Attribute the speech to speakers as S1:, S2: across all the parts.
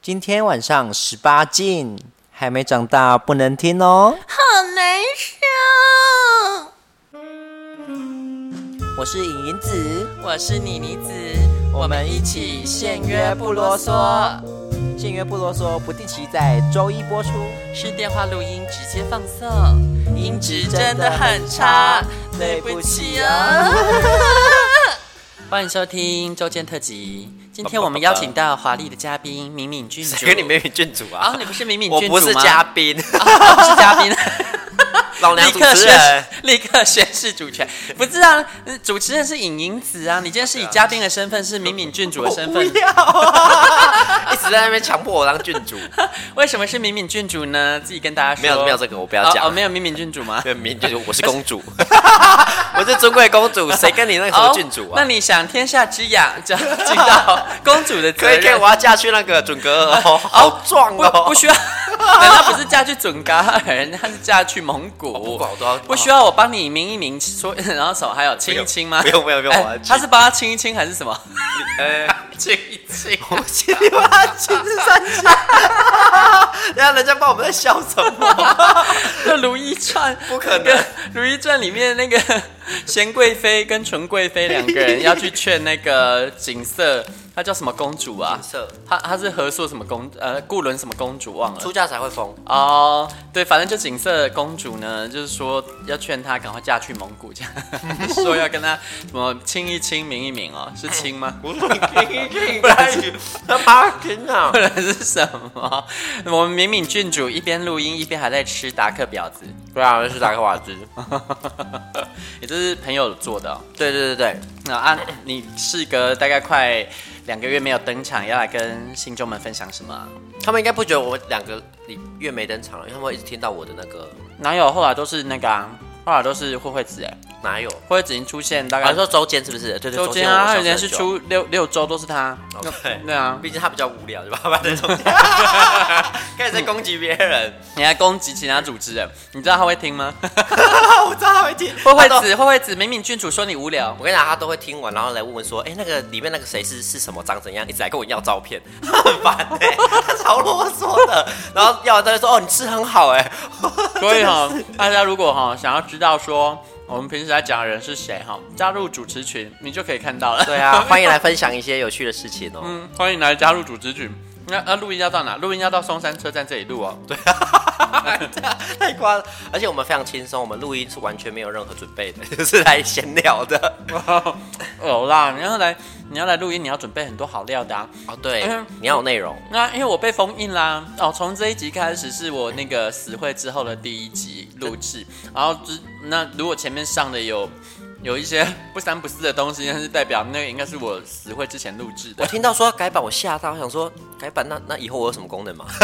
S1: 今天晚上十八禁，还没长大不能听哦。
S2: 好难受。
S1: 我是影影子，
S2: 我是妮妮子，
S1: 我们一起限约不啰嗦。限约不啰嗦，不定期在周一播出。
S2: 是电话录音直接放送，音质真的很差，对不起啊。欢迎收听周间特辑，今天我们邀请到华丽的嘉宾敏敏郡主。
S3: 谁跟你美女郡主啊？
S2: 哦，你不是敏敏
S3: 我
S2: 郡主吗？
S3: 不是嘉宾，
S2: 哦不是嘉宾。
S3: 老娘
S2: 立
S3: 主
S2: 刻
S3: 持人
S2: 宣。 立刻宣誓主权，不是啊，呃主持人是尹莹子啊，你今天是以嘉宾的身份，是敏敏郡主的身份，
S3: 要啊！一直在那边强迫我当郡 主，
S2: 为什么是敏敏郡主呢？自己跟大家说，
S3: 没有没有这个，我不
S2: 不
S3: 要
S2: 哦，
S3: 讲。
S2: 没有敏敏郡主吗？
S3: 对，明郡主，我是公 主，我是尊贵公主，谁跟你那个什么郡主
S2: 哦那
S3: 啊？
S2: 你想天下之养，就要尽 到公主的责
S3: 可以
S2: 任。
S3: 可以，我要嫁去那个准格尔哦，好壮
S2: 不
S3: 哦！
S2: 不 需要，难道不是嫁去准噶尔，她是嫁去蒙古。
S3: 哦不管我都要
S2: 不需要我帮你抿一抿，说 然后手还有亲一亲吗？
S3: 不用不用不用
S2: 哎
S3: 我要亲
S2: 他是帮他亲一亲还是什么？
S3: 呃，
S2: 亲一亲。
S3: 我去你妈，亲自三下，然后人家不知道我们在笑什么？
S2: 那《如懿传》
S3: 不可能
S2: 那个如懿传》里面 那个贤贵妃跟纯贵妃两个人要去劝那个景色，她叫什么公主啊？
S3: 景色
S2: 她她是和硕什么公呃顾伦什么公主忘了。
S3: 出嫁才会疯，
S2: 哦对，反正就景色公主呢，就是说要劝她赶快嫁去蒙古，这样 说要跟她什么亲一亲、抿一抿哦，是亲吗？
S3: 不是听听， 不然他妈听啊！
S2: 不然是什么？我们敏敏郡主一边录音一边还在吃达克饺子，
S3: 对啊，我是达克瓦兹。
S2: 也欸就是朋友做的、哦。
S3: 对对对对，
S2: 那啊，你事隔大概快两个月没有登场，要来跟新众们分享什么啊、
S3: 他们应该不觉得我两个礼月没登场了，因为他们会一直听到我的那个
S2: 哪有？后来都是那个、啊，后来都是慧慧子哎，
S3: 哪有？
S2: 慧慧子已经出现大
S3: 啊，
S2: 概
S3: 你说周间是不是？对对，
S2: 周间
S3: 间
S2: 啊，她
S3: 我消
S2: 有
S3: 失
S2: 年
S3: 很
S2: 是
S3: 久，
S2: 出六六周都是她。
S3: 哦对
S2: 对啊，
S3: 毕竟他比较无聊，就把他放在 中间，开始在攻击别人。
S2: 你还攻击其他主持人，你知道他会听吗？
S3: 我知道他会听，
S2: 慧慧
S3: 他都。
S2: 子，慧慧子，敏敏郡主说你无聊
S3: 我，跟你讲，他都会听完，然后来问问说，哎、那个里面那个谁是是什么，长怎样，一直来跟我要照片， 他很烦哎、他超啰嗦的。然后要完他就说，哦，你吃很好哎、
S2: 所以
S3: 啊
S2: 哈、大家如果哈、想要知道说我们平时在讲的人是谁哈、加入主持群你就可以看到了。
S3: 对 啊，欢迎来分享一些有趣的事情哦。
S2: 嗯，欢迎来加入组织群。那那录音要到哪？录音要到松山车站这里录哦。 对，
S3: 太夸张，而且我们非常轻松，我们录音是完全没有任何准备的， 就是来闲聊的。
S2: 有哦啦，你要来，你要来录音，你要准备很多好料的啊。
S3: 哦，对
S2: 嗯
S3: 你要有内容。
S2: 那因为我被封印啦，哦，从这一集开始是我那个死会之后的第一集录制，然后之那如果前面上的有有一些 不三不四的东西，那是代表那个应该是我死会之前录制
S3: 我
S2: 的。
S3: 听到说要改版，我吓到，我想说改版那那以后我有什么功能吗？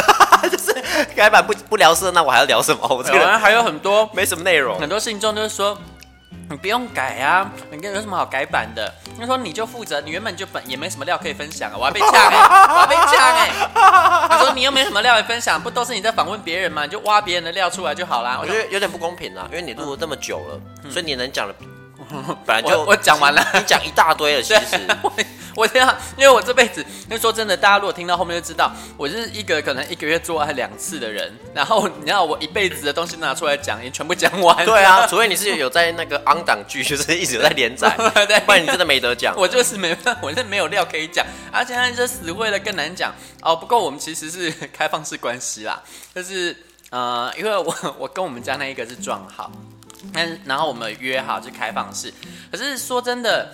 S3: 就是改版不不聊色，那我还要聊什么？ 我这个
S2: 然
S3: 人
S2: 后还有很多
S3: 没什么内容
S2: 很。多信众就是说，你不用改啊，你跟有什么好改版的？他说你就负责，你原本就本也没什么料可以分享啊，我还被呛 哎、我还被呛哎、他说你又没什么料可以分享，不都是你在访问别人吗？你就挖别人的料出来就好啦。
S3: 我
S2: 我
S3: 觉
S2: 说
S3: 得有点不公平啊啦，因为你录了这么久了，所以你能讲的本来就
S2: 我我讲完了
S3: 你讲一大堆 了，其
S2: 对
S3: 实。
S2: 我我这样，因为我这辈子，因为说真的，大家如果听到后面就知道，我是一个可能一个月做爱两次的人。然后你知道我一辈子的东西拿出来讲，也全部讲完。，
S3: 对啊，除非你是有在那个 on 档剧，就是一直有在连 载
S2: 对
S3: 不然你真的没得讲。
S2: 我就是没办法，我是没有料可以讲，而且现在这死会了更难讲哦。不过我们其实是开放式关系啦，就是呃，因为我我跟我们家那一个是撞好，但然后我们约好是开放式，可是说真的。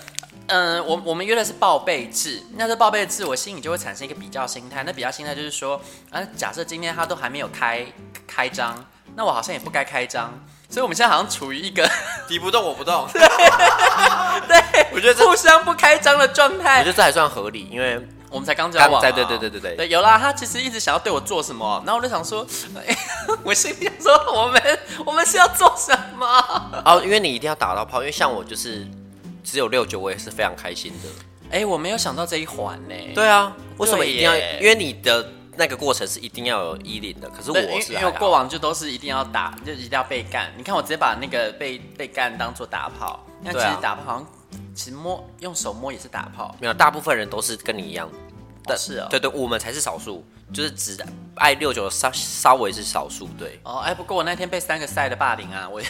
S2: 嗯，我我们约的是报备制，那这报备制，我心里就会产生一个比较心态。那比较心态就是说，啊，假设今天他都还没有开开张，那我好像也不该开张，所以我们现在好像处于一个
S3: 敌不动我不动，
S2: 对
S3: 我觉得这
S2: 互相不开张的状态
S3: 我觉。得这还算合理，因为
S2: 我们才刚交往嘛，
S3: 刚在对对对对对
S2: 啊对，有啦。他其实一直想要对我做什么，然后我就想说，哎 我心里想说，我们我们是要做什么？
S3: 哦，因为你一定要打到炮，因为像我就是只有六九，我也是非常开心的。
S2: 哎、我没有想到这一环呢、
S3: 对啊，为什么
S2: 对
S3: 一定要
S2: 耶？
S3: 因为你的那个过程是一定要有衣领的，可是
S2: 对，
S3: 我
S2: 因
S3: 是
S2: 为因
S3: 还
S2: 为我
S3: 好
S2: 过往就都是一定要打，就一定要被干。你看我直接把那个被被干当做打炮，那其
S3: 对啊
S2: 实打炮好像。其实摸用手摸也是打炮
S3: 没有，大部分人都是跟你一样，但
S2: 是哦。
S3: 对对，我们才是少数，就是只爱六九稍稍微是少数，对
S2: 哦，哎，不过我那天被三个 side 霸凌啊，我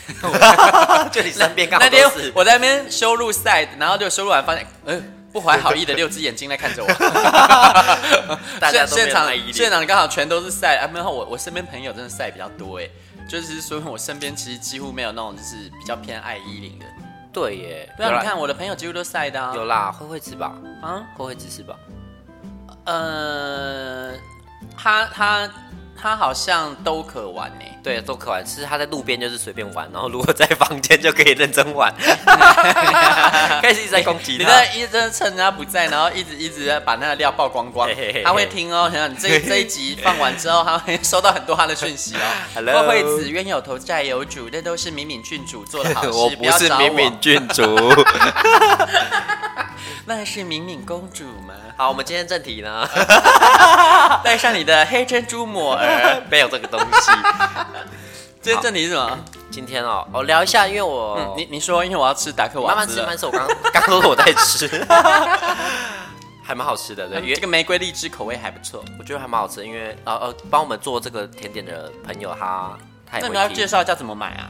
S3: 就 你身边刚
S2: 啊那天
S3: 好都是，
S2: 我在那边羞辱 side，然后就羞辱完发现，呃，不怀好意的六只眼睛在看着我。
S3: 大家
S2: 现
S3: 都没有
S2: 现场
S3: 那毅力
S2: 现场刚好全都是晒，啊，没有我我身边朋友真的晒比较多哎，就是说我身边其实几乎没有那种就是比较偏爱衣领的。
S3: 对耶，
S2: 对
S3: 有
S2: 啊，
S3: 啦
S2: 你看我的朋友几乎都晒的啊。
S3: 有啦，慧慧子吧，
S2: 啊，
S3: 慧慧子是吧？
S2: 呃，他他他好像都可玩欸呢。
S3: 对，都可玩，是他在路边就是随便玩，然后如果在房间就可以认真 玩，开始一直在攻击
S2: 你
S3: 他。
S2: 在一直趁人家不在，然后一直一直在把那个料曝光光
S3: 嘿嘿嘿，
S2: 他会听哦。想想你这这一集放完之后，他会收到很多他的讯息 哦。
S3: Hello
S2: 慧慧子冤有头债有主，那都是敏敏郡主做的好事，
S3: 我
S2: 不
S3: 不
S2: 要
S3: 是
S2: 找
S3: 敏
S2: 我。
S3: 敏郡主。
S2: 那是敏敏公主吗？
S3: 好，我们今天正题 呢，
S2: 带上你的黑珍珠 抹儿。
S3: 没有这个东西。
S2: 这这你是什么？
S3: 今天哦，我聊一下，因为
S2: 嗯
S3: 我、
S2: 你你说，因为我要吃达克
S3: 慢
S2: 瓦
S3: 慢
S2: 兹
S3: 吃，
S2: 了。
S3: 慢吃，我刚刚刚说我在吃， 还蛮好吃的，对，因为
S2: 这个玫瑰荔枝口味还不错。
S3: 我觉得还蛮好吃，因为呃呃，帮我们做这个甜点的朋友他他也
S2: 那
S3: 会
S2: 你要
S3: 听
S2: 介绍一下怎么买啊？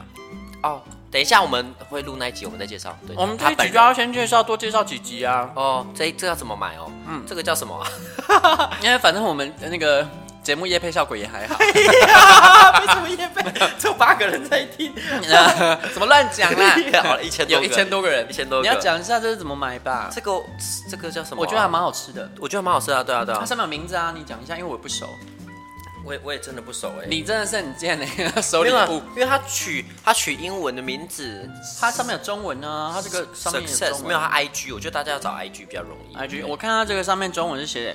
S3: 哦。等一下我们会录那一集，我们再介绍。对，
S2: 我们这
S3: 他
S2: 一
S3: 本
S2: 集就要先介绍，多介绍几集啊。
S3: 哦，这这要怎么买哦？嗯，这个叫什么啊？
S2: 因为反正我们那个节目夜配效果也还好。
S3: 哎为什么也被 就八个人在听？
S2: 怎么乱讲啦？
S3: 好了，一千多
S2: 有
S3: 个
S2: 一千多个人，
S3: 一千多个
S2: 你要讲一下这是怎么买吧？
S3: 这个这个叫什么啊？
S2: 我觉得还蛮好吃的，
S3: 我觉得蛮好吃的，对啊对
S2: 它
S3: 啊。
S2: 上面有名字啊，你讲一下，因为我也不
S3: 哦
S2: 熟。
S3: 我也我也真的不熟哎
S2: 你真的是很贱的， 手里
S3: 因为
S2: 不，
S3: 啊因为他取他取英文的名字
S2: 它上面有中文呢，它这个上面有中
S3: success
S2: 文。啊
S3: 没有他 IG，我觉得大家要找 IG 比较容易。
S2: IG，我看到这个上面中文是写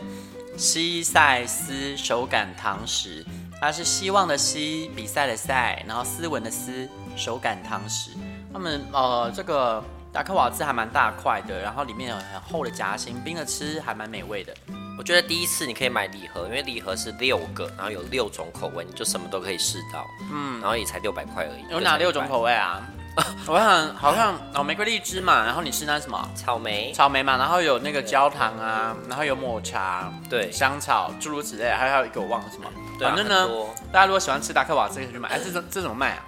S2: 西塞斯手感堂食，它是希望的希，比赛的赛，然后斯文的斯，手感堂食。他们呃，这个达克瓦兹还蛮大块的，然后里面有很厚的夹心，冰着吃还蛮美味的。
S3: 我觉得第一次你可以买礼盒，因为礼盒是六个，然后有六种口味，你就什么都可以试到。嗯，然后也才六百块而已。
S2: 有哪六种
S3: 味？
S2: 口味啊？ 我想好像哦，玫瑰荔枝嘛，然后你是那什么
S3: 草莓、
S2: 草莓嘛，然后有那个焦糖啊，然后有抹茶，
S3: 对
S2: 香草，诸如此类，还有一个我忘了什么。
S3: 对啊
S2: 反正
S3: 很
S2: 呢
S3: 多，
S2: 大家如果喜欢吃达克瓦兹，可以去买。哎，这种这种卖啊？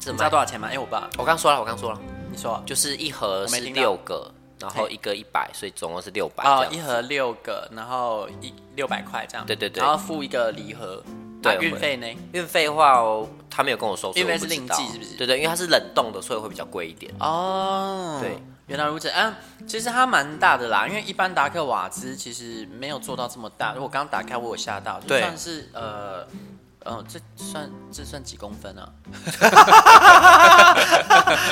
S3: 芝
S2: 你知
S3: 麻
S2: 道。多少钱吗？哎，我爸，
S3: 我刚说了，我刚说了，
S2: 你说
S3: 就是一盒
S2: 没
S3: 是
S2: 听到
S3: 六个，然后一个一百，所以总共是六百。
S2: 啊，
S3: 这
S2: 一
S3: 样
S2: 盒六个，然后一六百块这样。
S3: 对对对
S2: 然后付一个礼盒。
S3: 对
S2: 啊
S3: 我
S2: 运费呢？
S3: 运费的话哦，他没有跟我收，所以
S2: 运费
S3: 我不
S2: 是
S3: 知
S2: 另
S3: 道
S2: 计是不是
S3: 对对，因为它是冷冻的，所以会比较贵一点。
S2: 哦，
S3: 对，
S2: 原来如此。嗯，其实它蛮大的啦，因为一般达克瓦兹其实没有做到这么大。如果刚打开，我有吓到，就
S3: 对
S2: 算是呃。呃，这算这算几公分啊？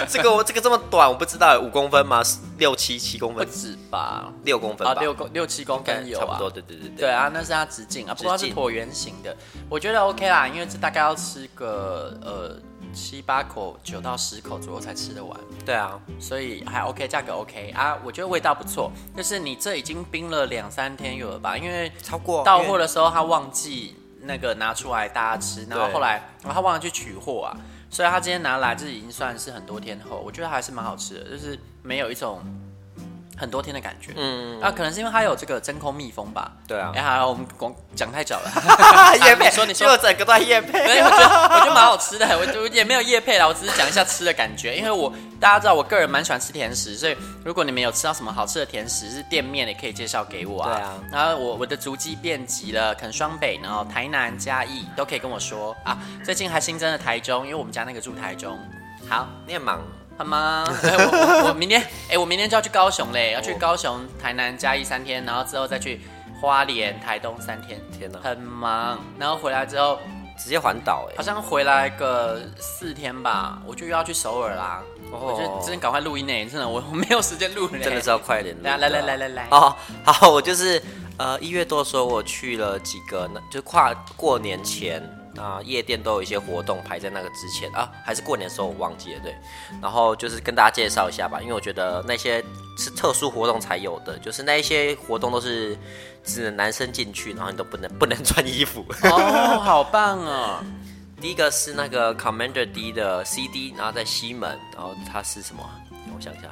S3: 这个我这个这么短，我不知道五公分吗？六七七公
S2: 不
S3: 分，
S2: 止吧？
S3: 六公分
S2: 啊
S3: 吧，，
S2: 六公六七公分有
S3: 差不
S2: 啊
S3: 多。。对对对
S2: 对。啊，那是它直径啊，不过它是
S3: 直径
S2: 椭圆形的，我觉得 OK 啦，因为这大概要吃个呃七八口、九到十口左右才吃得完，
S3: 对啊，
S2: 所以还 OK，价格 OK 啊，我觉得味道不错。就是你这已经冰了两三天有了吧？因为
S3: 超过
S2: 到
S3: 因
S2: 货
S3: 为
S2: 的时候他忘记那个拿出来大家吃，然后
S3: 对
S2: 后来然后他忘了去取货啊，所以他今天拿来这已经算是很多天后，我觉得还是蛮好吃的，就是没有一种很多天的感觉。嗯，啊，可能是因为它有这个真空密封吧。
S3: 对啊
S2: 哎、好，我们光讲太久 了。 啊
S3: 叶
S2: 你
S3: 配，
S2: 说你说
S3: 结果整个都在 叶配。
S2: 所以我觉得我觉得蛮好吃的，我就也没有夜配啦，我只是讲一下吃的感觉，因为我大家知道我个人蛮喜欢吃甜食，所以如果你们有吃到什么好吃的甜食，是店面的也可以介绍给我啊。
S3: 对啊，
S2: 然后我我的足迹遍及了，可能双北，然后台南、嘉义都可以跟我说啊。最近还新增了台中，因为我们家那个住台中。好，
S3: 你很忙，
S2: 好 吗？哎我我我明天，哎、我明天就要去高雄嘞，要去高雄、台南、嘉义三天，然后之后再去花莲、台东三天，
S3: 天哪
S2: 很忙。然后回来之后，
S3: 直接环岛
S2: 好
S3: 哎。
S2: 像回来个四天吧，我就又要去首尔啦。
S3: 哦
S2: 我就真的赶快录音呢，真的我我没有时间录嘞，
S3: 真的是要快一点录。
S2: 来啊来来来来来
S3: 哦，好，我就是呃一月多的时候，我去了几个，那就跨过年前啊、夜店都有一些活动排在那个之前啊，还是过年的时候我忘记了对。然后就是跟大家介绍一下吧，因为我觉得那些是特殊活动才有的，就是那一些活动都是只能男生进去，然后你都不能不能穿衣服。
S2: 哦，好棒
S3: 啊
S2: 哦！
S3: 第一个是那个 Commander D 的 CD，然后在西门，然后它是什么啊？我想一下，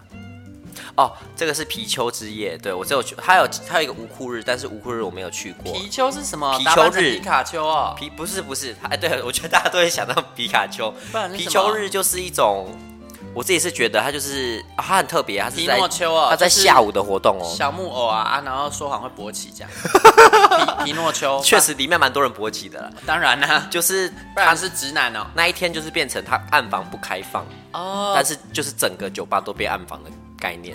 S3: 哦，这个是貔貅之夜，对我只有去，还有还有一个无裤日，但是无裤日我没有去过。
S2: 皮丘是什么？
S3: 皮
S2: 打扮
S3: 丘
S2: 成
S3: 日
S2: 皮卡丘哦，
S3: 皮不是不是，哎，对我觉得大家都会想到皮卡丘。
S2: 不然是
S3: 皮
S2: 什
S3: 丘
S2: 么
S3: 日就是一种，我自己是觉得它就是、啊、它很特别，它是
S2: 皮
S3: 在
S2: 诺丘哦，
S3: 它在
S2: 就是
S3: 下午的活动哦，
S2: 小木偶啊啊，然后说谎会勃起这样。 皮皮诺丘
S3: 确，实里面蛮多人勃起的啦。
S2: 当然啦、
S3: 就是
S2: 不然是直男哦。
S3: 那一天就是变成它暗房不开放，
S2: 哦
S3: 但是就是整个酒吧都被暗房的概念，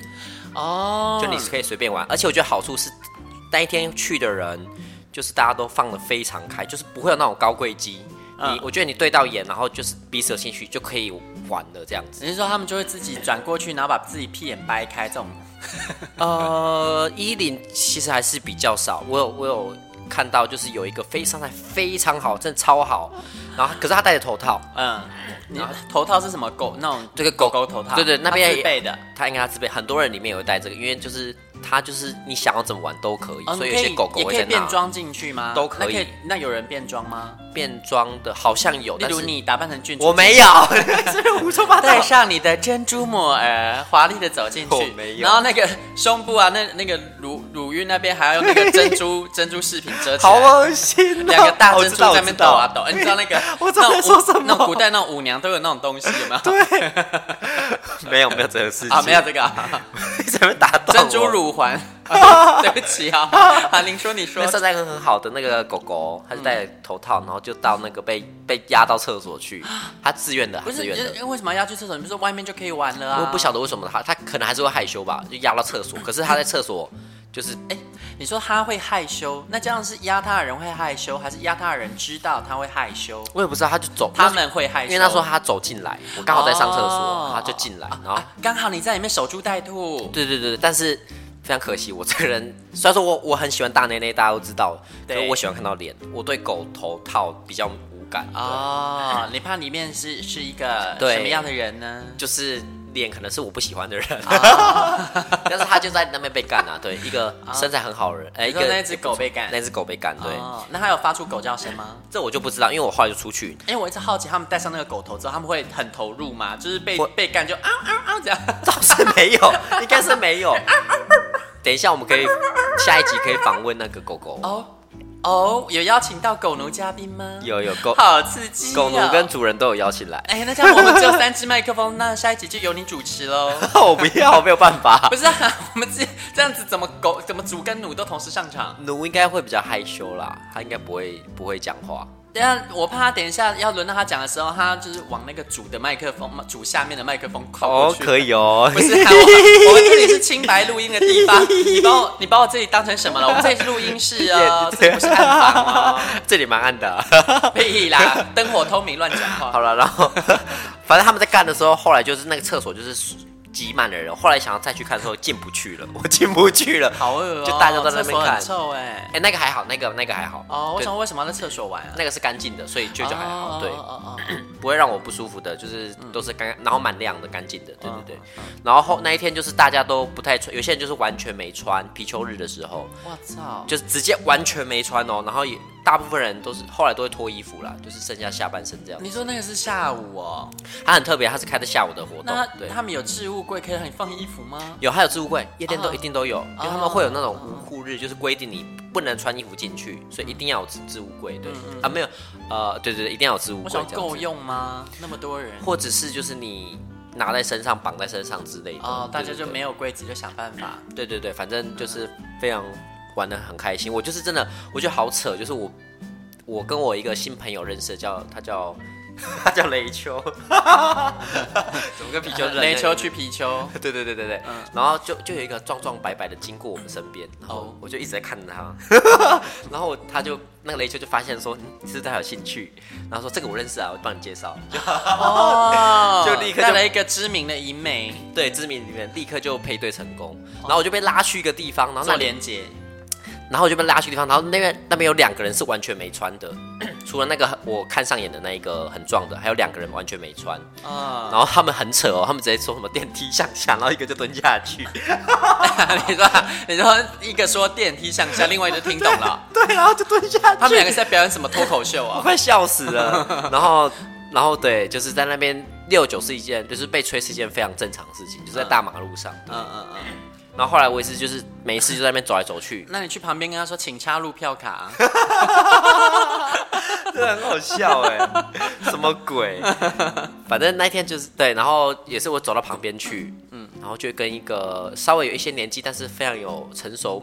S2: 哦，
S3: 就你是可以随便玩，而且我觉得好处是那一天去的人就是大家都放的非常开，就是不会有那种高贵机。
S2: 嗯
S3: 你我觉得你对到眼，然后就是彼此有兴趣就可以玩了这样子。
S2: 只是说他们就会自己转过去，然后把自己屁眼掰开这种。
S3: 呃，一零其实还是比较少，我有我有看到，就是有一个非常态非常好，真的超好，然后可是他戴着头套，
S2: 嗯，你头套是什么狗那种？
S3: 这个
S2: 狗
S3: 狗
S2: 狗头套，
S3: 对对那边
S2: 它
S3: 也
S2: 自备的，
S3: 他应该自备，很多人里面有带这个，因为就是他就是你想要怎么玩都可以，
S2: 哦
S3: 所以
S2: 你
S3: 有
S2: 可
S3: 些狗狗
S2: 也
S3: 会
S2: 可以
S3: 在
S2: 变
S3: 那
S2: 装进去吗？
S3: 都可
S2: 那
S3: 以
S2: 以。那有人变装吗？
S3: 变装的，好像有，
S2: 例
S3: 但
S2: 如
S3: 是
S2: 你打扮成郡主，
S3: 我没有，这 是胡说八
S2: 戴
S3: 道。
S2: 上你的珍珠抹儿，华丽的走进
S3: 我
S2: 去，
S3: 没有
S2: 然后那个胸部啊，那那个乳乳晕那边还要用那 个珍珠珍珠饰品遮起
S3: 好
S2: 来。
S3: 恶心、哦！
S2: 两个大珍珠在那
S3: 上
S2: 边
S3: 面
S2: 抖啊抖，哎你知道那 个
S3: 我知道在说什么
S2: 那种古代那种舞娘都有那种东西，有没有？
S3: 没有没有这个事情
S2: 啊，没有，这个啊、
S3: 在那边打断
S2: 珍珠
S3: 我。
S2: 乳环。 啊对不起啊，啊，林说你说
S3: 那上在一个很好的那个狗狗，它就戴着头套，然后就到那个被被压到厕所去，它自愿的，它
S2: 啊不是？
S3: 自
S2: 你
S3: 愿的。
S2: 是为什么要去厕所？你不是说外面就可以玩了啊？嗯
S3: 我不晓得为什么它它可能还是会害羞吧，就压到厕所。可是它在厕所就是
S2: 哎、你说他会害羞，那这样是压他的人会害羞，还是压他的人知道他会害羞？
S3: 我也不知道，他就走，
S2: 他们会害
S3: 因
S2: 羞，
S3: 为那时候他走进来，我刚好在上厕
S2: 哦
S3: 所，他就进来，然后
S2: 啊，刚好你在里面守株待兔，
S3: 对对对，对但是非常可惜，我这个人 虽然说我我很喜欢大内内，大家都知道，可
S2: 对
S3: 是我喜欢看到脸，我对狗头套比较无感啊，
S2: 哦，你怕里面是是一个
S3: 对
S2: 什么样的人呢？
S3: 就是脸可能是我不喜欢的人，
S2: 啊
S3: 但是他就在那边被干啊，对，一个身材很好的人，哎，
S2: 你
S3: 一
S2: 说
S3: 个
S2: 那只狗被干
S3: 那只狗被干，对，
S2: 哦，那他有发出狗叫声吗？哎
S3: 这我就不知道，因为我后来就出去，
S2: 因为我一直好奇，他们戴上那个狗头之后，他们会很投入吗？就是被
S3: 我
S2: 被干就啊啊啊 这样。
S3: 倒是没有， 应该是没有。等一下，我们可以下一集可以访问那个狗狗。
S2: 哦哦，有邀请到狗奴嘉宾吗？，
S3: 有有狗
S2: 好刺激、啊
S3: 狗奴跟。主人都有邀请来，
S2: 哎、那这样我们只有三支麦克风，那下一集就由你主持 喽。
S3: 我不要，我没有办法
S2: 不。是、啊，我们这这样子怎么狗怎么主跟弩都同时上场？
S3: 奴应该会比较害羞啦，他应该不会不会讲话。
S2: 等一下，我怕他等一下要轮到他讲的时候，他就是往那个主的麦克风、主下面的麦克风靠过去。以。
S3: 以哦
S2: 不是、啊，我我们这里是清白录音的地方，你把我你把我这里当成什么了？我们这里是录音室哦，这里不是暗房哦。
S3: 这里蛮暗的啊、
S2: 屁啦，灯火通明，乱讲话。
S3: 好了，然后 反正他们在干的时候，后来就是那个厕所就是挤满了人，后来想要再去看的时候进不去了， 我进不去了。
S2: 好恶哦、
S3: 就大家都在那
S2: 厕
S3: 边
S2: 所
S3: 看
S2: 很臭哎、
S3: 哎、那个还好，那个那个还好。
S2: 哦，为
S3: 对
S2: 什么为什么要在厕所玩啊？
S3: 那个是干净的，所以就就还好，
S2: 哦
S3: 对，
S2: 哦哦哦
S3: 不会让我不舒服的，就是都是干，
S2: 嗯
S3: 然后蛮亮的，干净的，对对对。然后后那一天就是大家都不太穿，有些人就是完全没穿，皮丘日的时候
S2: 我操！
S3: 就是直接完全没穿哦，然后也大部分人都是后来都会脱衣服啦，就是剩下下半身这样
S2: 你。说那个是下午哦，
S3: 它很特别，它是开在下午的活
S2: 那
S3: 动，
S2: 他
S3: 对。
S2: 他们有置物柜可以让你放衣服吗？
S3: 有，还有置物柜，夜店都
S2: 哦
S3: 一定都有，因为他
S2: 哦
S3: 们会有那种无护日，就是规定你不能穿衣服进去，所以一定要有置置物柜，对啊，没有，呃，对对对，一定要有置物
S2: 嗯我
S3: 柜，
S2: 想
S3: 这样
S2: 够
S3: 子。
S2: 用吗？那么多人
S3: 或者是就是你拿在身上绑在身上之类的。
S2: 哦，大家
S3: 对
S2: 就没。有嗯柜子就想办 法。
S3: 对对对对对，反正就是非常玩的很开心。我就是真的，我觉得好扯，就是我我跟我一个新朋友认识的，叫他叫 他叫雷秋， 怎么跟皮丘人
S2: 雷球去皮 丘，
S3: 对对对对
S2: 嗯
S3: 对，然后就就有一个壮壮白白的经过我们身边，然后
S2: 哦
S3: 我就一直在看着他， 然后他就那个雷秋就发现说嗯你是不是对他有兴趣，然后说这个我认识啊，我帮你介绍，
S2: 哦，
S3: 就立刻就
S2: 带了一个知名的银美
S3: 对，知名里面立刻就配对成功，
S2: 哦
S3: 然后我就被拉去一个地方，然后那
S2: 做
S3: 里，
S2: 连接，
S3: 然后我就被拉去地方，然后那边那边有两个人是完全没穿 的，除了那个我看上眼的那一个很壮的，还有两个人完全没穿，
S2: 嗯，
S3: 然后他们很扯哦，他们直接说什么电梯向下，然后一个就蹲下去，
S2: 你说你说一个说电梯向下，另外一个就听懂 了，
S3: 对，然后就蹲下去，
S2: 他 们两个是在表演什么脱口秀
S3: 我
S2: 啊？
S3: 快笑死了，然后然后对，就是在那边六九是一件就是被吹是一件非常正常的事情，就是在大马路上。
S2: 嗯嗯嗯。
S3: 然后后来我也是就是每一次就在那边走来走去，
S2: 那你去旁边跟他说，请插入票卡。
S3: 这很好笑哎、 什么鬼？反正那天就是对，然后也是我走到旁边去，嗯，然后就跟一个稍微有一些年纪，但是非常有成熟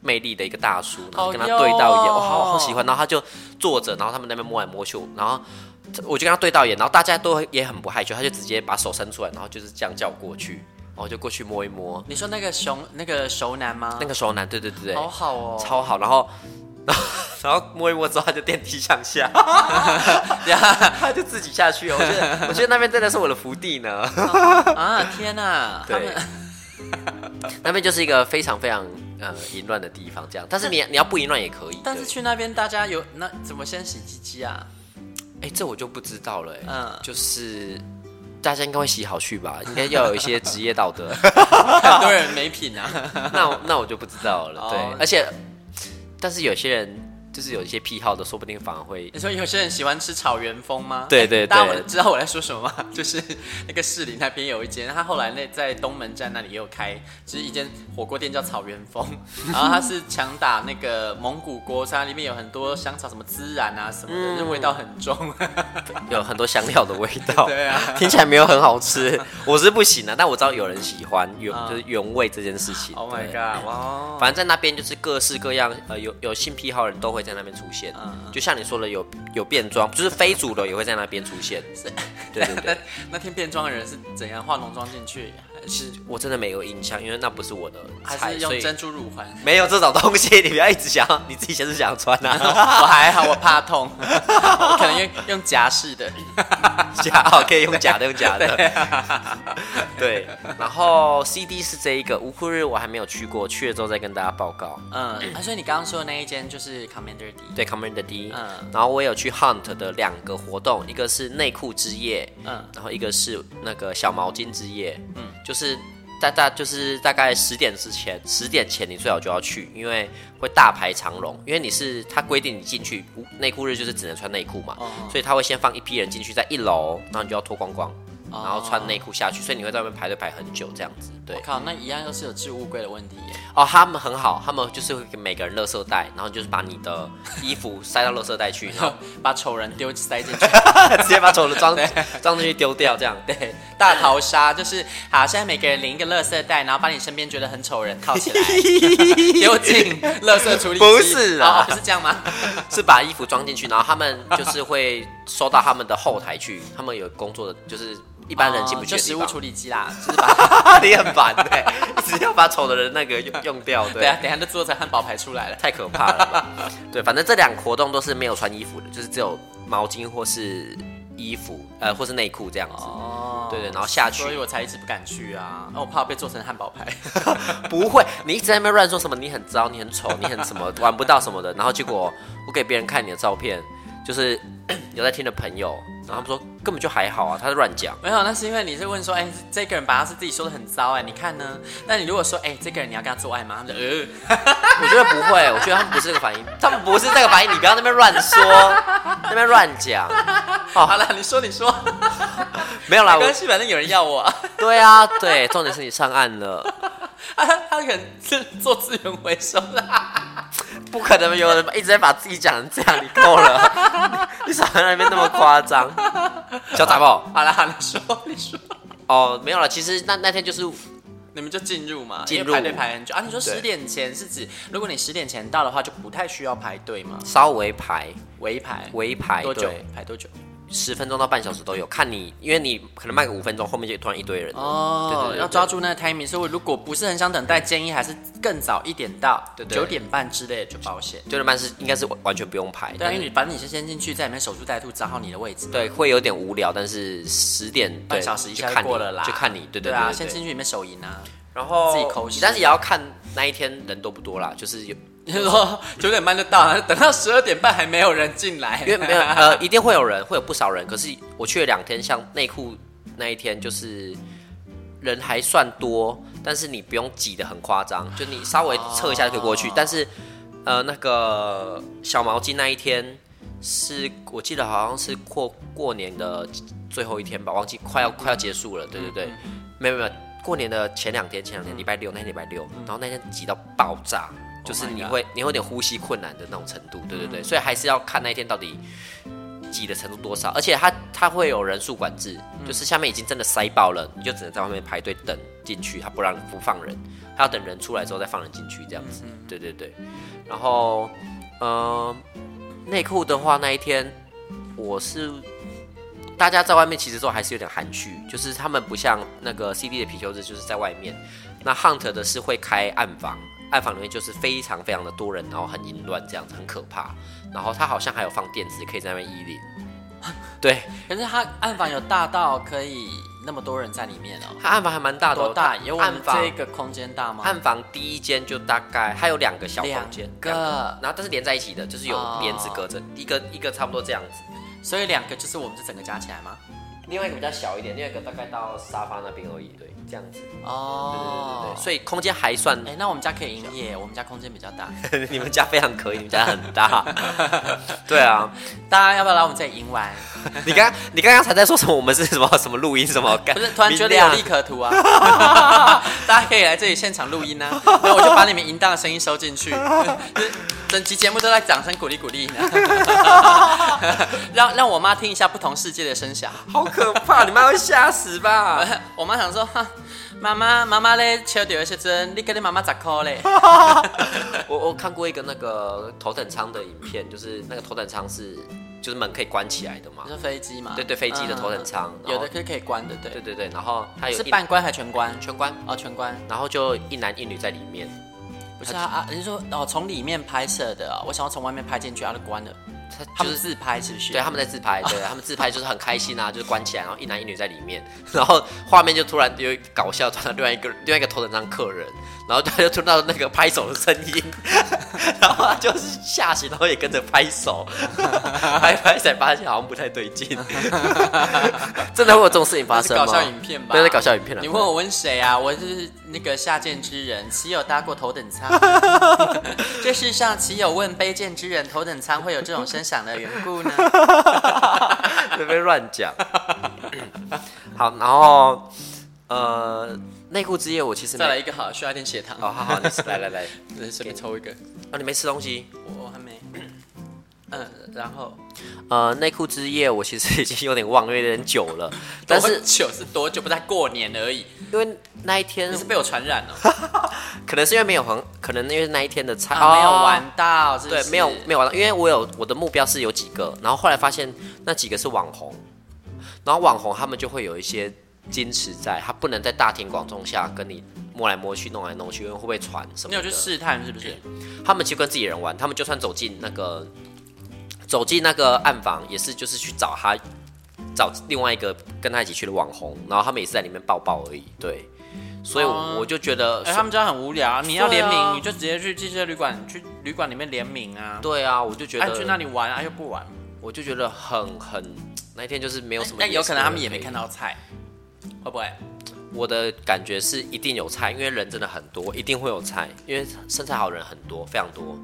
S3: 魅力的一个大叔，然后跟他
S2: 好哟
S3: 对到眼，我好好喜欢。然后他就坐着，然后他们那边摸来摸去，然后我就跟他对到眼，然后大家都也很不害羞，他就直接把手伸出来，然后就是这样叫我过去，然后我就过去摸一摸。
S2: 你说那个熊那个熟男吗？
S3: 那个熟男，对对对对，
S2: 好好哦，
S3: 超好，然后。 然后摸一摸之后，他就电梯向 下，他就自己下去哦了。我觉得，我觉得那边真的是我的福 地呢。
S2: 啊！天哪，他
S3: 对
S2: 们，
S3: 那边就是一个非常非常呃淫乱的地方，这样。但是你你要不淫乱也可以。
S2: 但是
S3: 对
S2: 去那边大家有那怎么先洗鸡鸡啊？
S3: 哎，这我就不知道了。嗯
S2: 嗯，
S3: 就是大家应该会洗好去 吧，应该要有一些职业道德。
S2: 很多人没品啊。
S3: 那我那我就不知道了。对
S2: 哦，
S3: 而且，但是有些人就是有一些癖好的，说不定反而会
S2: 你说有些人喜欢吃草原风吗？ 哎
S3: 对对对
S2: 大家我知道我在说什么吗？ 就是那个士林那边有一间，他后来那在东门站那里也有开，就是一间火锅店叫草原 风，然后它是强打那个蒙古锅，所以它里面有很多香草什么孜然啊什么的，
S3: 嗯
S2: 就是味道很 重。
S3: 有很多香料的味道。
S2: 对啊，
S3: 听起来没有很好吃，我是不行的、但我知道有人喜欢原、
S2: 啊
S3: 就是原味这件事情。
S2: Oh my
S3: 对
S2: god！哇，哦
S3: 反正在那边就是各式各样，呃，有有性癖好的人都会在那边出现，
S2: 啊
S3: 就像你说的，有有变装，就是非主流也会在那边出现。对对
S2: 那
S3: 对，
S2: 那天变装的人是怎样化浓妆进去，还是
S3: 我真的没有印象，因为那不是我的
S2: 还
S3: 菜，
S2: 是
S3: 所
S2: 用
S3: 以
S2: 珍珠乳环？
S3: 没有这种东西。你不要一直想要， 你自己先是想穿啊，
S2: 我还好，我怕痛，我可能用用夹式的。
S3: 假哦，可以用假的，用假的。对，然后 CD 是这一个无裤日，我还没有去过，去了之后再跟大家报告。
S2: 嗯，啊所以你刚刚说的那一间就是 Commander D。
S3: 对 Commander D，
S2: 嗯
S3: 然后我有去 Hunt 的两个活动，一个是内裤之夜，
S2: 嗯
S3: 然后一个是那个小毛巾之夜，嗯，就是大大就是大概十点之前，十点前你最好就要去，因为会大排长龙，因为你是他规定你进去内裤日就是只能穿内裤嘛，
S2: 哦
S3: 所以他会先放一批人进去，在一楼，然后你就要脱光光，
S2: 哦
S3: 然后穿内裤下去，所以你会在外面排队排很久这样子，对
S2: 我。靠，那一样又是有置物柜的问题耶。
S3: 哦，他们很好，他们就是会给每个人垃圾袋，然后就是把你的衣服塞到垃圾袋 去，然后
S2: 把丑人丢塞进去，
S3: 直接把丑的装装进去丢掉，这样对。
S2: 大逃杀就是好。现在每个人领一个垃圾袋，然后把你身边觉得很丑人套 起来，丢进垃圾处理机。
S3: 不是啊
S2: 哦不是这样 吗？
S3: 是把衣服装进去，然后他们就是会收到他们的后台去，他们有工作的，就是一般人进不
S2: 哦
S3: 去
S2: 就
S3: 的
S2: 食
S3: 地
S2: 物
S3: 方。
S2: 处理机啦。就是
S3: 你很烦对，一直要把丑的人那个用用掉，对
S2: 对啊，等一下就做成汉堡排出来了。
S3: 太可怕了吧。对，反正这两个活动都是没有穿衣服的，就是只有毛巾或是衣服，呃，或是内裤这样子。
S2: 哦
S3: 对对然后下去
S2: 所以我才一直不敢去啊，那我怕被做成汉堡排。
S3: 不会，你一直在那边乱说什么你很糟，你很丑，你很什么玩不到什么的，然后结果我给别人看你的照片，就是 有在听的朋友，然后他们说根本就还好啊，他在乱讲。
S2: 没有，那是因为你是问说，哎、这个人把他是自己说的很糟哎、你看呢？那你如果说，哎、这个人你要跟他做爱吗？他们就呃，
S3: 我觉得不会，我觉得他们不是这个反应，他们不是这个反应，你不要在那边乱说，那边乱讲。
S2: 哦好了，你说你说，
S3: 没有啦，
S2: 没 关
S3: 我
S2: 系，反正有人要我啊。
S3: 对啊，对，重点是你上岸了，
S2: 啊，他可能是做资源回收啦。
S3: 不可能有人一直在把自己讲成这样，你够了，你少在那边那么夸张，小杂宝。
S2: 好啦，好啦你说你说，
S3: 哦，没有了，其实那那天就是
S2: 你们就进入嘛，
S3: 进入
S2: 因为排队排很久啊。你说
S3: 对
S2: 十点前是指，如果你十点前到的话，就不太需要排队吗？
S3: 稍微排
S2: 围排，
S3: 围排
S2: 多久
S3: 对？
S2: 排多久？
S3: 十分钟到半小时都有，看你，因为你可能卖个五分钟，后面就突然一堆人了。对对
S2: 哦
S3: 对，对
S2: 要抓住那个 timing，所以如果不是很想等待，建议还是更早一点到，
S3: 对对
S2: 九点半之类的就保险。
S3: 九点半是应该是完全不用排，
S2: 对啊，
S3: 但
S2: 因
S3: 是
S2: 为你反正你是先进去，在里面守株待兔，找好你的位置。
S3: 对会有点无聊，但是十点对
S2: 半小时一下
S3: 就
S2: 就
S3: 看你
S2: 过了啦，
S3: 就看你对
S2: 对
S3: 对
S2: 啊，
S3: 对哦
S2: 先进去里面手淫啊。
S3: 然后
S2: 自己抠啊屎
S3: 但 是也要看那一天人多不多啦，就是有
S2: 你说九点半就到了，等到十二点半还 没有人进来，
S3: 因为 没有呃一定会有人，会有不少人，可是我去了两天，像内裤那一天就是。人还算多，但是你不用挤得很夸张，就
S2: 哦
S3: 你稍微侧一下就可以过去。但是，呃，那个小毛巾那一天是我记得好像是过过年的最后一天吧，忘记快要快要结束了。对对对，没有没有，过年的前两天，前两天礼拜六那天礼拜六，然后那天挤到爆炸，就是你
S2: God
S3: 会你会有点呼吸困难的那种程度。对对对，所以还是要看那一天到底挤的程度多少，而且它它会有人数管制，就是下面已经真的塞爆了，你就只能在外面排队等进去，它不让不放人，它要等人出来之后再放人进去这样子。对对对，然后嗯。内裤的话，那一天我是大家在外面其实都还是有点含蓄，就是他们不像那个 CD 的皮球日就是在外面，那 Hunt 的是会开暗房，暗房里面就是非常非常的多人，然后很淫乱这样子，很可怕。然后他好像还有放电子，可以在那边依 恋。对，
S2: 可是他暗房有大到可以那么多人在里面哦，
S3: 他暗房还蛮大的哦、
S2: 多大？
S3: 他
S2: 有我
S3: 暗
S2: 们
S3: 房
S2: 这个空间大吗？
S3: 暗房第一间就大概还有两个小
S2: 两
S3: 房间，
S2: 个
S3: 两然后但是连在一起的，就是有
S2: 哦
S3: 帘子隔着，一个一个差不多这样子。
S2: 所以两个就是我们这整个加起来吗？
S3: 另外一个比较小一点，另外一个大概到沙发那边而已，对，这样子。对对
S2: 哦
S3: 对，对，所以空间还算，
S2: 哎、那我们家可以营业，我们家空间比较大，
S3: 你们家非常可以，你们家很大。 对啊，
S2: 大家要不要来我们这里赢玩？
S3: 你刚你刚刚才在说什么？我们是什么什么录音什么？
S2: 不是，突然觉得有
S3: 明
S2: 利
S3: 亮
S2: 可图 啊！大家可以来这里现场录音啊，然后我就把你们淫荡的声音收进去，就是整期节目都在掌声鼓励鼓励呢，啊 让让我妈听一下不同世界的声响。
S3: 好可怕，你妈会吓死吧？
S2: 我妈想说，哈妈妈妈妈嘞，笑到的时阵，你跟你妈妈咋哭嘞？
S3: 我我看过一个那个头等舱的影片，就是那个头等舱是就是门可以关起来的嘛
S2: 你。说飞机嘛？
S3: 对对飞嗯机的头等舱
S2: 嗯
S3: 然后
S2: 有的是可以关的，
S3: 对
S2: 对，
S3: 对对，然后它有
S2: 是
S3: 一
S2: 半关还全关？
S3: 全关，
S2: 哦，全关。
S3: 然后就一男一女在里面，
S2: 不是啊啊，你说哦，从里面拍摄的啊，我想要从外面拍进去，然后就关了。
S3: 他
S2: 他
S3: 就
S2: 们
S3: 是
S2: 自拍是不是？
S3: 对，他们在自拍，对他们自拍就是很开心啊， 就是关起来，然后一男一女在里面， 然后画面就突然有一个搞笑，传到另外一个 另外一个头等舱客人，然后他就听到那个拍手的声音， 然后他就是吓醒，然后也跟着拍手， 拍一拍才发现好像不太对劲， 真的会有这种事情发
S2: 那是
S3: 生吗？
S2: 搞笑影片吧？
S3: 对，是搞笑影片啊
S2: 你 问我问谁啊？我是那个下贱之人，岂有搭过头等 舱？这世上岂有问卑贱之人头等舱会有这种声响的缘故 呢？
S3: 随便乱讲。好，然后呃，内裤之夜我其实没
S2: 再来一个好，需要一点血糖。
S3: 哦，好好，你来来来，
S2: 对，随便抽一个，
S3: 哦，你没吃东西。
S2: 我我还没。 嗯，然后
S3: 呃，内裤之夜我其实已经有点忘，因为有点久了。
S2: 嗯
S3: 但是
S2: 多久是嗯多久？不在过年而已，
S3: 因为那一天
S2: 你是，被我传染哦 了，
S3: 可能是因为没有很，可能因为那一天的菜、
S2: 啊没有
S3: 哦
S2: 玩到，是不
S3: 对
S2: 是，
S3: 没有没有玩到，因为我有我的目标是有几个，然后后来发现那几个是网红，然后网红他们就会有一些矜持在，他不能在大庭广众下跟你摸来摸去、弄来弄去，因为会不会传什么的？
S2: 你有去试探是不是？
S3: 他们其实跟自己人玩，他们就算走进那个走进那个暗房，也是就是去找他找另外一个跟他一起去的网红，然后他们也是在里面抱抱而已。对，所以我
S2: 哦
S3: 我就觉得，
S2: 哎、他们这样很无聊啊！你要
S3: 对
S2: 联
S3: 啊
S2: 名，你就直接去汽车旅馆，去旅馆里面联名啊。
S3: 对啊，我就觉
S2: 啊，去那
S3: 得，嗯
S2: 里玩啊，又不玩。
S3: 我就觉得很很那一天就是没有什么，
S2: 哎但有可能他们也没看。到菜，会不会？
S3: 我的感觉是一定有菜，因为人真的很多，一定会有菜，因为身材好人很多，非常多，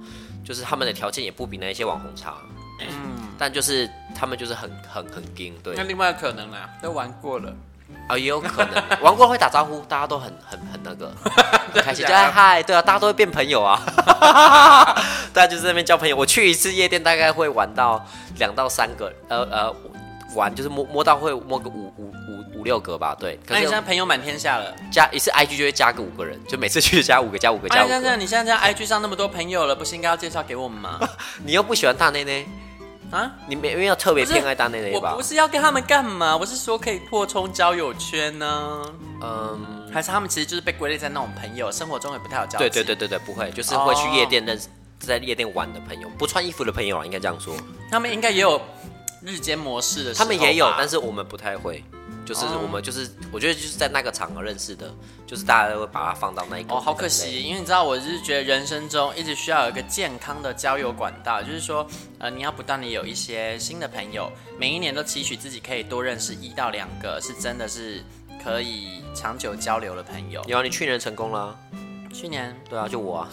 S3: 就是他们的条件也不比那一些网红差。但就是他们就是很很很硬，对。
S2: 嗯那另外可能啦，都玩过了，
S3: 啊、也有可能。玩过会打招呼，大家都很很很那个，很开心，就
S2: 对啊
S3: 哎嗨，对啊，大家都会变朋友啊。 大家就是在那边交朋友。我去一次夜店，大概会玩到两到三个，呃呃，玩就是摸摸到会摸个五五五五六个吧，对。可
S2: 那你现在
S3: 是
S2: 朋友满天下了。
S3: 加一次 IG 就会加个五个人，就每次去就加五个加五个加
S2: 哎，
S3: 五
S2: 这样这
S3: 个
S2: 样，。你现在在 IG 上那么多朋友了，不是应该要介绍给我们 吗？
S3: 你又不喜欢大内内，
S2: 啊？
S3: 你没没有特别
S2: 不是
S3: 偏爱大内内
S2: 我
S3: 吧
S2: 不？是要跟他们干嘛，我是说可以扩充交友圈呢、
S3: 嗯，
S2: 还是他们其实就是被归类在那种朋友，生活中也不太有交集。
S3: 对对对对对，不会，就是会去
S2: 哦
S3: 夜店认识，在夜店玩的朋友，不穿衣服的朋友啊，应该这样说。
S2: 他们应该也有日间模式的时
S3: 他
S2: 候吧，
S3: 们也有，但是我们不太会。就是
S2: 哦
S3: 我们就是，我觉得就是在那个场合认识的，就是大家都会把它放到那一个。
S2: 哦，好可。惜，因为你知道，我是觉得人生中一直需要有一个健康的交友管道，就是说，呃，你要不断的有一些新的朋友，每一年都期许自己可以多认识一到两个，是真的是可以长久交流的朋友。
S3: 有啊，你去年成功了啊、
S2: 去年
S3: 对啊，就我啊，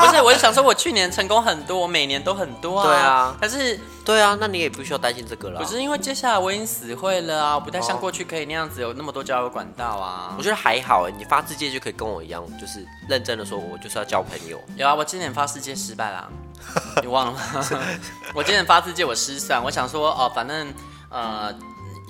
S2: 不是，我就想说，我去年成功很多，我每年都很多啊。
S3: 对啊
S2: 但是
S3: 对啊，那你也不需要担心这个了。
S2: 不是因为接下来我已经死会了啊，我不太像过去可以那样子有那么多交友管道啊
S3: 我。觉得还好哎，你发自界就可以跟我一样，就是认真的说，我就是要交朋友。
S2: 有啊，我今年发世界失败啦， 你忘了 吗？我今年发世界我失算，我想说哦，反正呃。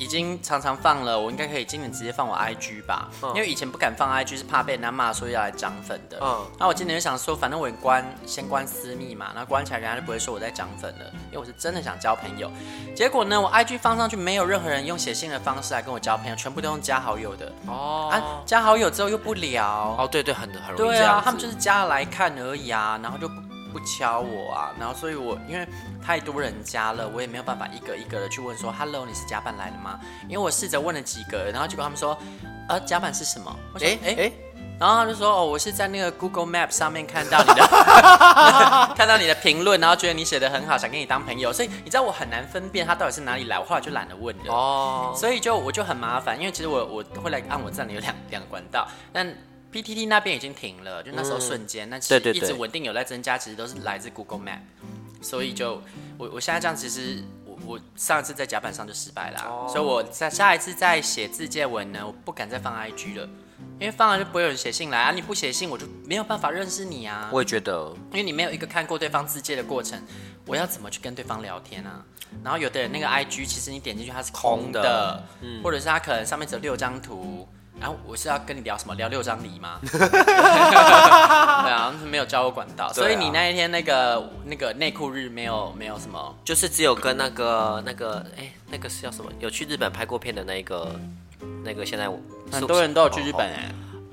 S2: 已经常常放了，我应该可以今年直接放我 IG 吧，
S3: 嗯
S2: 因为以前不敢放 IG 是怕被人家骂说要来涨粉的。
S3: 嗯
S2: 那我今年就想说，反正我也关先关私密嘛，那关起来人家就不会说我在涨粉了，因为我是真的想交朋友。结果呢，我 IG 放上去没有任何人用写信的方式来跟我交朋友，全部都用加好友的。
S3: 哦
S2: 啊，加好友之后又不聊，
S3: 哦，对对，很很容易
S2: 对
S3: 这样
S2: 啊
S3: 子，
S2: 他们就是加来看而已啊，然后就不不敲我啊，然后所以我因为太多人加了，我也没有办法一个一个的去问说，Hello，你是甲板来的吗？因为我试着问了几个，然后结果他们说，呃，甲板是什么？我想
S3: 哎
S2: 哎、
S3: 哎哎，
S2: 然后他就说，哦，我是在那个 Google Map 上面看到你的，看到你的 评论，然后觉得你写的很好，想跟你当朋友，所以你知道我很难分辨他到底是哪里来，我后来就懒得问了。
S3: 哦，
S2: 所以就我就很麻烦，因为其实我我会来按我站里有两两个管道，但 PTT 那边已经停了，就那时候瞬间，那其
S3: 嗯对
S2: 实
S3: 对
S2: 一直
S3: 对
S2: 稳定有在增加，其实都是来自 Google Map，所以就我我现在这样，其实我我上一次在甲板上就失败啦，
S3: 哦
S2: 所以我在下一次在写自荐文呢，我不敢再放 IG 了。因为放了就不会有人写信来啊！你不写信，我就没有办法认识你啊！
S3: 我也觉得，
S2: 因为你没有一个看过对方自介的过程，我要怎么去跟对方聊天啊？然后有的人那个 IG，其实你点进去它是空的，嗯
S3: 空的
S2: 或者是它可能上面只有六张图，然后我是要跟你聊什么？聊六张梨 吗？对啊，没有交友管道，所以
S3: 对啊
S2: 你那一天那个那个内裤日没有没有什么
S3: 就是只有跟那个那个哎，那个是叫什么？有去日本拍过片的那个那个，现在我
S2: 很多人都有去日本
S3: 哦
S2: 哎、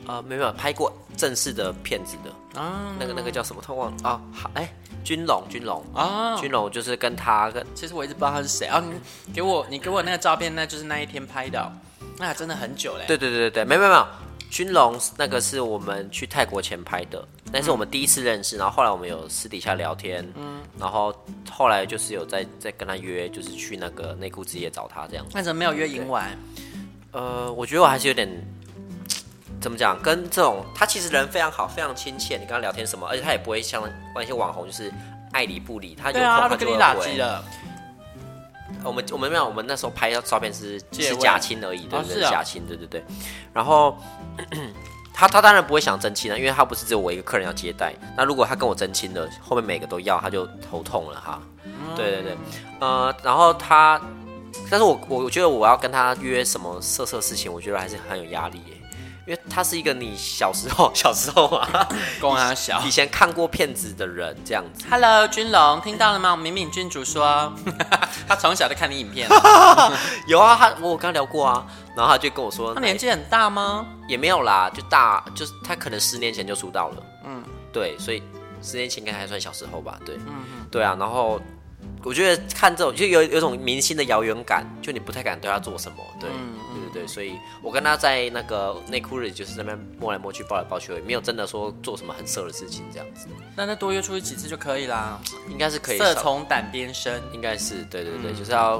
S3: 哦呃，没有没有拍过正式的片子的，
S2: 啊
S3: 那个那个叫什么？他忘了啊，好哎，军龙军龙
S2: 啊！
S3: 军龙就是跟他跟
S2: 其实我一直不知道他是谁啊！你给我你给我那个照片，那就是那一天拍的哦，那还真的很久嘞、
S3: 对对对对对，没有没有没有，军龙那个是我们去泰国前拍的，那是我
S2: 嗯
S3: 们第一次认识，然后后来我们有私底下聊天，嗯，然后后来就是有在在跟他约，就是去那个内裤之夜找他这样。
S2: 那怎么没有约赢完？
S3: 呃，我觉得我还是有点。怎么讲？跟这种他其实人非常好，非常亲切。你跟他聊天什么，而且他也不会像那些网红就是爱理不理。他有
S2: 对
S3: 空
S2: 啊，他
S3: 他
S2: 都
S3: 就
S2: 跟你
S3: 会
S2: 打
S3: 回
S2: 击了。
S3: 呃我们我们没有，我们那时候拍的照片是
S2: 借
S3: 是
S2: 位
S3: 假亲而已，对
S2: 哦
S3: 对
S2: 是
S3: 对，
S2: 啊
S3: 假亲，对对对。然后 他他当然不会想真亲了，因为他不是只有我一个客人要接待。那如果他跟我真亲了，后面每个都要，他就头痛了哈。
S2: 嗯
S3: 对对对，呃，然后他，但是我我我觉得我要跟他约什么色色事情，我觉得还是很有压力耶，因为他是一个你小时候 小时候 啊，
S2: 公安小
S3: 以。前看过片子的人这样子。
S2: Hello，君龙，听到了吗？我敏敏君主 说，他从小就看你影片了。
S3: 有啊，他我有跟他聊过啊，然后他就跟我说，
S2: 他年纪很大吗？
S3: 也没有啦，就大就是他可能十年前就出道了，嗯，对，所以十年前应该还算小时候吧，对，嗯，对啊，然后我觉得看这种就有有种明星的遥远感，就你不太敢对他做什么，对，对对嗯对，所以我跟他在那个内裤日就是在那边摸来摸去、抱来抱去而已，没有真的说做什么很色的事情，这样子
S2: 那再多约出去几次就可以啦。
S3: 应该是可以嗯
S2: 色
S3: 少，
S2: 从胆边生
S3: 应该是对对对，就是要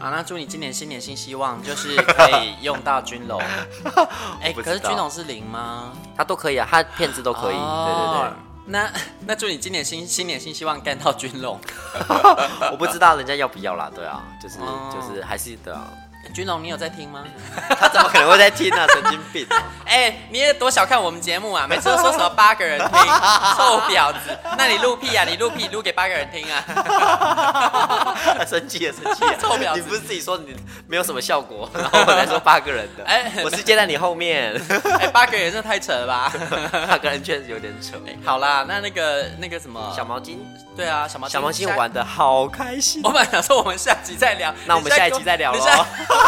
S2: 啊！那祝你今年新年新希望，就是可以用到君 龙。哎、
S3: 不知
S2: 可
S3: 道
S2: 是君龙是零吗？
S3: 他都可以啊，他片子都可以，对对
S2: 哦
S3: 对。
S2: 那 那祝你今年新新年新希望干到君龙。
S3: 我不知道人家要不要啦，对啊，就是、
S2: 哦
S3: 就是还是对啊，
S2: 君龙，你有在听吗？
S3: 他怎么可能会在听啊？神经 病！
S2: 哎、你也多小看我们节目啊！每次都说什么八个人 听，臭婊子！那你录屁啊？你录屁录给八个人听啊？
S3: 生气也生气了，
S2: 臭婊子
S3: 你不是自己说你没有什么效果， 然后我来说八个人的，
S2: 哎
S3: 我是接在你后面，
S2: 哎、八个人真的太扯了吧？
S3: 八个人确实有点扯。
S2: 好啦，那那个那个什么，
S3: 小毛巾，
S2: 对啊，小毛
S3: 小毛巾哦
S2: 下
S3: 玩的好开心
S2: 我，本来想说我们下集再聊，
S3: 那我们
S2: 你现
S3: 下
S2: 在
S3: 一集再聊哦
S2: 跟我
S3: 喽
S2: 你现在。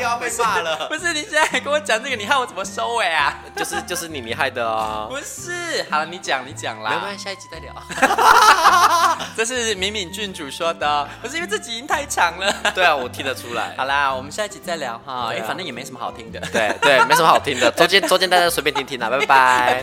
S3: 又要被骂了，
S2: 不是你现在还跟我讲这个，你看我怎么收尾啊？
S3: 就是就是你你害的哦。
S2: 不是，好了，你讲你讲
S3: 没
S2: 啦
S3: 关。系，下一集再聊。
S2: 这是敏敏郡主说的哦，不是因为这集已经太长了。
S3: 对啊，我听得出来
S2: 好。啦，我们下一集再聊哈，因
S3: 对
S2: 为
S3: 啊
S2: 反正也没什么好听的。
S3: 对对，没什么好听的，中间中间大家随便听听啦，拜拜。